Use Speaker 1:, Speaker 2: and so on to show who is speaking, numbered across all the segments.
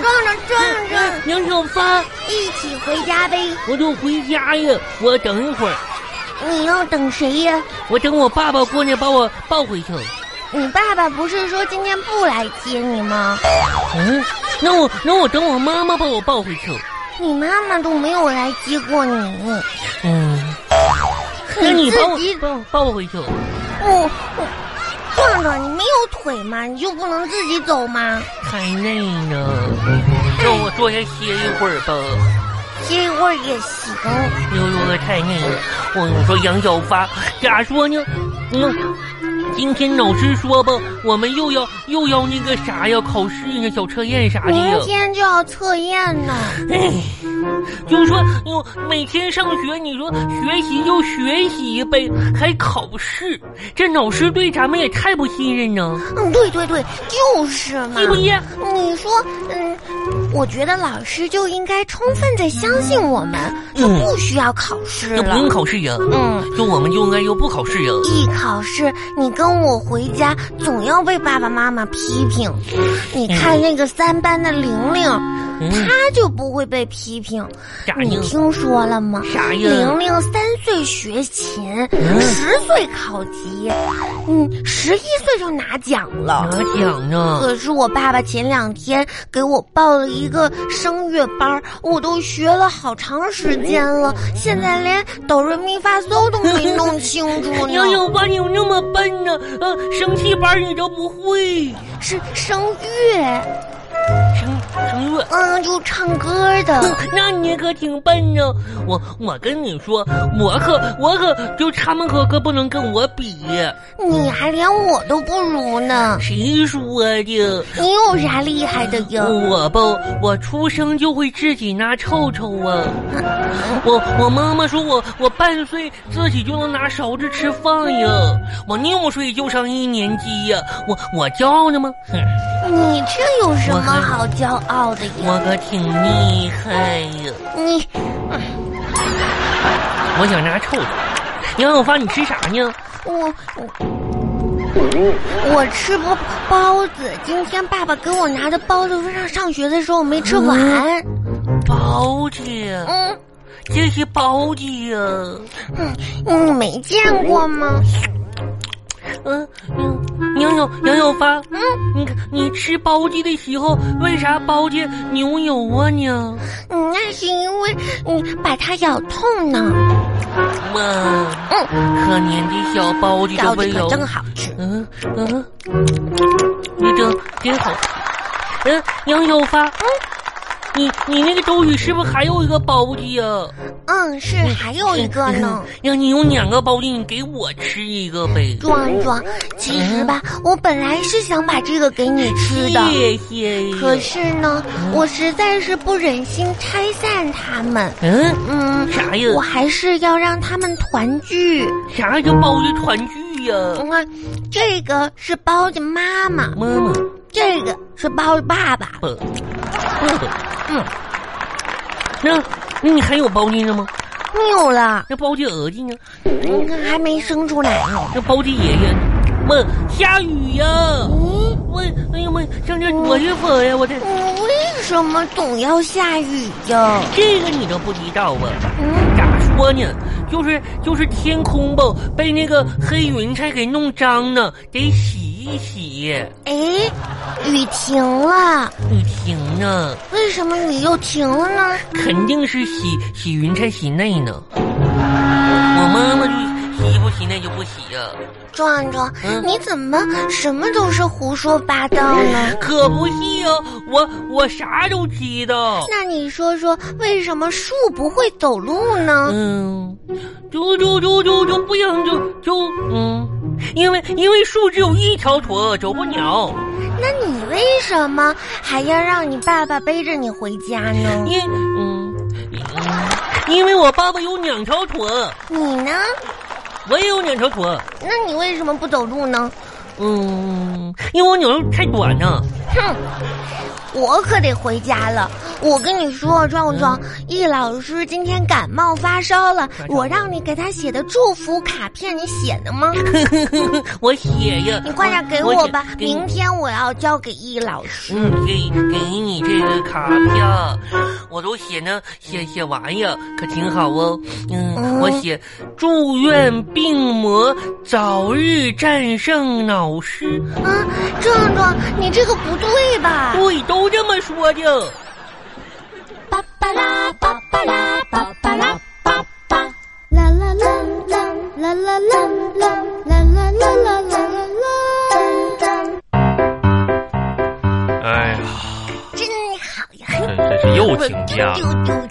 Speaker 1: 壮壮，
Speaker 2: 梁小帆，
Speaker 1: 一起回家呗。
Speaker 2: 我就回家呀。我等一会儿，
Speaker 1: 你要等谁呀？
Speaker 2: 我等我爸爸过来把我抱回去。
Speaker 1: 你爸爸不是说今天不来接你吗？
Speaker 2: 嗯，那我那我等我妈妈把我抱回去。
Speaker 1: 你妈妈都没有来接过你，
Speaker 2: 嗯，那
Speaker 1: 你
Speaker 2: 你抱
Speaker 1: 自
Speaker 2: 我
Speaker 1: 己
Speaker 2: 抱我抱我回去。
Speaker 1: 我我壮壮，你没有腿吗？你就不能自己走吗？
Speaker 2: 太累了，让我坐下歇一会儿吧。
Speaker 1: 歇一会儿也行。
Speaker 2: 溜溜的太累了。我跟你说，杨小发咋说呢？嗯，今天老师说吧，我们又要又要那个啥呀，考试呢，小测验啥的
Speaker 1: 明
Speaker 2: 呀。
Speaker 1: 天就要测验呢。
Speaker 2: 哎， 就说哟，每天上学，你说学习就学习呗，还考试，这老师对咱们也太不信任呢，
Speaker 1: 嗯，对对对，就是嘛
Speaker 2: 是。不是？
Speaker 1: 你说，嗯，我觉得老师就应该充分的相信我们，就
Speaker 2: 嗯
Speaker 1: 不需要考试
Speaker 2: 就不
Speaker 1: 了。
Speaker 2: 用考试呀，
Speaker 1: 嗯，
Speaker 2: 就我们就应该就不考试呀。
Speaker 1: 一考试，你跟我回家总要被爸爸妈妈批评。你看那个三班的玲玲，
Speaker 2: 嗯，
Speaker 1: 她就不会被批评。
Speaker 2: 啥
Speaker 1: 你
Speaker 2: 呀？
Speaker 1: 听说了吗？
Speaker 2: 啥呀？
Speaker 1: 玲玲三岁学琴，
Speaker 2: 嗯
Speaker 1: 十岁考级，嗯，十一岁就拿奖了。
Speaker 2: 拿奖呢？
Speaker 1: 可是我爸爸前两天给我报了一个声乐班儿，我都学了好长时间了，现在连哆瑞咪发嗦都没弄清 楚呢
Speaker 2: 杨。小八，哎你怎么那么笨呢？呃，生气班你都不会，
Speaker 1: 是声乐，
Speaker 2: 声声乐。
Speaker 1: 嗯，就唱歌的。
Speaker 2: 那你可挺笨呢，我我跟你说，我可我可就他们可可不能跟我比，
Speaker 1: 你还连我都不如呢，
Speaker 2: 谁说的？
Speaker 1: 你有啥厉害的呀？
Speaker 2: 我吧，我出生就会自己拿臭臭啊！我我妈妈说我我半岁自己就能拿勺子吃饭呀，我六岁就上一年级呀，我我骄傲呢吗？哼。
Speaker 1: 你这有什么好骄傲的呀？
Speaker 2: 我可挺厉害呀！
Speaker 1: 你
Speaker 2: 我想拿臭的。杨小发，你吃啥呢？
Speaker 1: 我我吃不包子，今天爸爸给我拿的包子，上上学的时候我没吃完。
Speaker 2: 包子，
Speaker 1: 嗯
Speaker 2: 这是包子呀、
Speaker 1: 嗯，你没见过吗？
Speaker 2: 嗯嗯，杨小杨小发，
Speaker 1: 嗯，
Speaker 2: 你看你吃包子的时候，为啥包子牛油啊呢？
Speaker 1: 嗯那是因为你把它咬痛呢。
Speaker 2: 哇，
Speaker 1: 嗯，
Speaker 2: 可怜的小包子
Speaker 1: 包
Speaker 2: 都
Speaker 1: 子
Speaker 2: 被
Speaker 1: 可
Speaker 2: 油。
Speaker 1: 真好吃。
Speaker 2: 嗯嗯，你这真好。嗯，杨小发，你你那个周宇是不是还有一个包子呀、嗯
Speaker 1: 嗯，是还有一个呢。
Speaker 2: 让你有两个包子，你给我吃一个呗。
Speaker 1: 壮壮，其实吧，我本来是想把这个给你吃的。
Speaker 2: 谢谢呀。
Speaker 1: 可是呢，我实在是不忍心拆散他们。
Speaker 2: 嗯，
Speaker 1: 嗯，
Speaker 2: 啥呀
Speaker 1: 我还是要让他们团聚。
Speaker 2: 啥叫包子团聚呀、
Speaker 1: 你看，这个是包子妈妈，
Speaker 2: 妈妈，
Speaker 1: 这个是包子爸爸。
Speaker 2: 不，爸爸，嗯，那那你还有包子呢吗？
Speaker 1: 没有了，
Speaker 2: 那包子儿子呢？
Speaker 1: 你看还没生出来呢。
Speaker 2: 那包子爷爷呢？问下雨呀、
Speaker 1: 嗯，
Speaker 2: 问，哎呀妈，上这多热风呀！我这
Speaker 1: 你为什么总要下雨呀？
Speaker 2: 这个你都不知道啊？
Speaker 1: 嗯，
Speaker 2: 咋说呢？就是就是天空吧，被那个黑云彩给弄脏了，得洗一洗。
Speaker 1: 哎，雨停了，
Speaker 2: 雨停呢，
Speaker 1: 为什么雨又停了呢？
Speaker 2: 肯定是洗洗云彩洗内呢。我妈妈就洗衣服洗内就不洗呀、
Speaker 1: 壮壮，
Speaker 2: 嗯
Speaker 1: 你怎么什么都是胡说八道呢？
Speaker 2: 可不是呀、我我啥都知道。
Speaker 1: 那你说说，为什么树不会走路呢？
Speaker 2: 嗯，就就就就就不想就就嗯，因为因为树只有一条腿，走不了。
Speaker 1: 那你为什么还要让你爸爸背着你回家呢？
Speaker 2: 因嗯嗯，因为我爸爸有两条腿，
Speaker 1: 你呢？
Speaker 2: 我也有两条腿。
Speaker 1: 那你为什么不走路呢？
Speaker 2: 嗯，因为我两条腿太短呢。
Speaker 1: 哼，我可得回家了。我跟你说，壮壮，易老师今天感冒嗯发烧了，我让你给他写的祝福卡片，你写的 吗？
Speaker 2: 我写呀，
Speaker 1: 你快点给
Speaker 2: 我
Speaker 1: 我吧，
Speaker 2: 给你
Speaker 1: 明天我要交给易老师。
Speaker 2: 嗯，给给你这个卡片，我都写呢，写写完呀，可挺好哦。嗯，
Speaker 1: 嗯
Speaker 2: 我写祝愿病魔早日战胜脑湿。
Speaker 1: 嗯，壮壮，你这个不对吧？
Speaker 2: 对，都这么说的。
Speaker 3: 巴巴拉巴巴拉巴巴拉巴巴，啦啦啦啦啦啦啦啦啦啦啦啦啦啦啦。
Speaker 4: 哎呀，
Speaker 1: 真好呀！
Speaker 4: 真真是又请假。
Speaker 1: 丢丢丢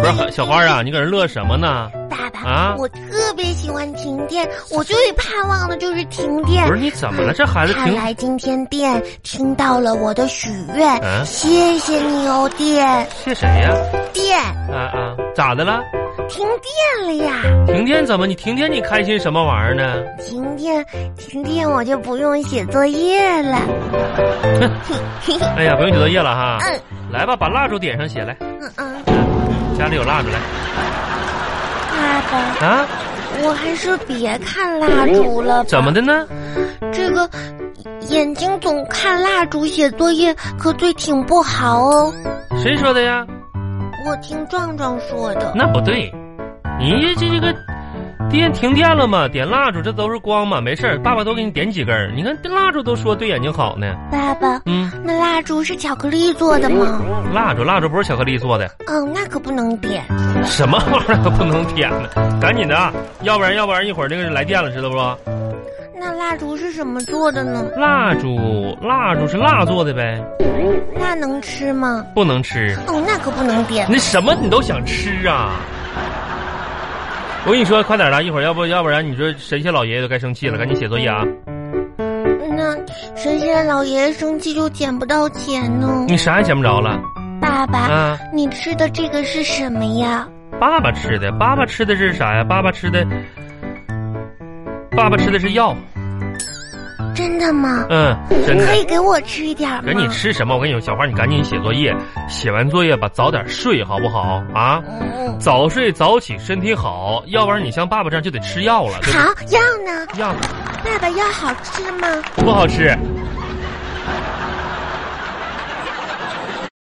Speaker 4: 不是很小花啊，你搁这乐什么呢？
Speaker 1: 爸爸，
Speaker 4: 啊
Speaker 1: 我特别喜欢停电，我最盼望的就是停电
Speaker 4: 不。是你怎么了？这孩子
Speaker 1: 看
Speaker 4: 挺……
Speaker 1: 来今天电听到了我的许愿，
Speaker 4: 嗯
Speaker 1: 谢谢你哦，电
Speaker 4: 谢谁呀、
Speaker 1: 电
Speaker 4: 啊？啊咋的了？
Speaker 1: 停电了呀！
Speaker 4: 停电怎么？你停电你开心什么玩意儿呢？
Speaker 1: 停电停电，我就不用写作业 了。
Speaker 4: 哎呀，不用写作业了哈。
Speaker 1: 嗯
Speaker 4: 来吧，把蜡烛点上写来，
Speaker 1: 嗯嗯，
Speaker 4: 家里有蜡烛来
Speaker 1: 爸爸，
Speaker 4: 啊？
Speaker 1: 我还是别看蜡烛了吧。
Speaker 4: 怎么的呢？嗯
Speaker 1: 这个眼睛总看蜡烛写作业，可对挺不好哦。
Speaker 4: 谁说的呀？
Speaker 1: 我听壮壮说的。
Speaker 4: 那不对，你这这个电停电了嘛？点蜡烛这都是光嘛，没事儿，爸爸多给你点几根儿。你看这蜡烛都说对眼睛好呢。
Speaker 1: 爸爸，
Speaker 4: 嗯，
Speaker 1: 那蜡烛是巧克力做的吗？
Speaker 4: 蜡烛蜡烛不是巧克力做的，
Speaker 1: 嗯，那可不能点。
Speaker 4: 什么玩意儿都不能点呢？ 赶紧的啊，要不然要不然一会儿这个来电了，知道不？
Speaker 1: 那蜡烛是什么做的呢？
Speaker 4: 蜡烛蜡烛是蜡做的呗，
Speaker 1: 那能吃吗？
Speaker 4: 不能吃。
Speaker 1: 哦，那可不能点。
Speaker 4: 那什么你都想吃啊？我跟你说，快点的，一会儿要不要不然你说神仙老爷爷都该生气了，赶紧写作业啊！
Speaker 1: 那神仙老爷爷生气就捡不到钱呢。
Speaker 4: 你啥也捡不着了
Speaker 1: 爸爸，
Speaker 4: 啊！
Speaker 1: 你吃的这个是什么呀？
Speaker 4: 爸爸吃的，爸爸吃的是啥呀？爸爸吃的，爸爸吃的是药。
Speaker 1: 真的吗？
Speaker 4: 嗯，真的
Speaker 1: 可。以给我吃一点吗？
Speaker 4: 给你吃什么？我跟你说，小花，你赶紧写作业，写完作业吧，早点睡好不好啊？
Speaker 1: 嗯。
Speaker 4: 早睡早起，身体好，要不然你像爸爸这样就得吃药了。对吧
Speaker 1: 好，要呢？
Speaker 4: 药
Speaker 1: 爸爸要好吃吗？
Speaker 4: 不好吃，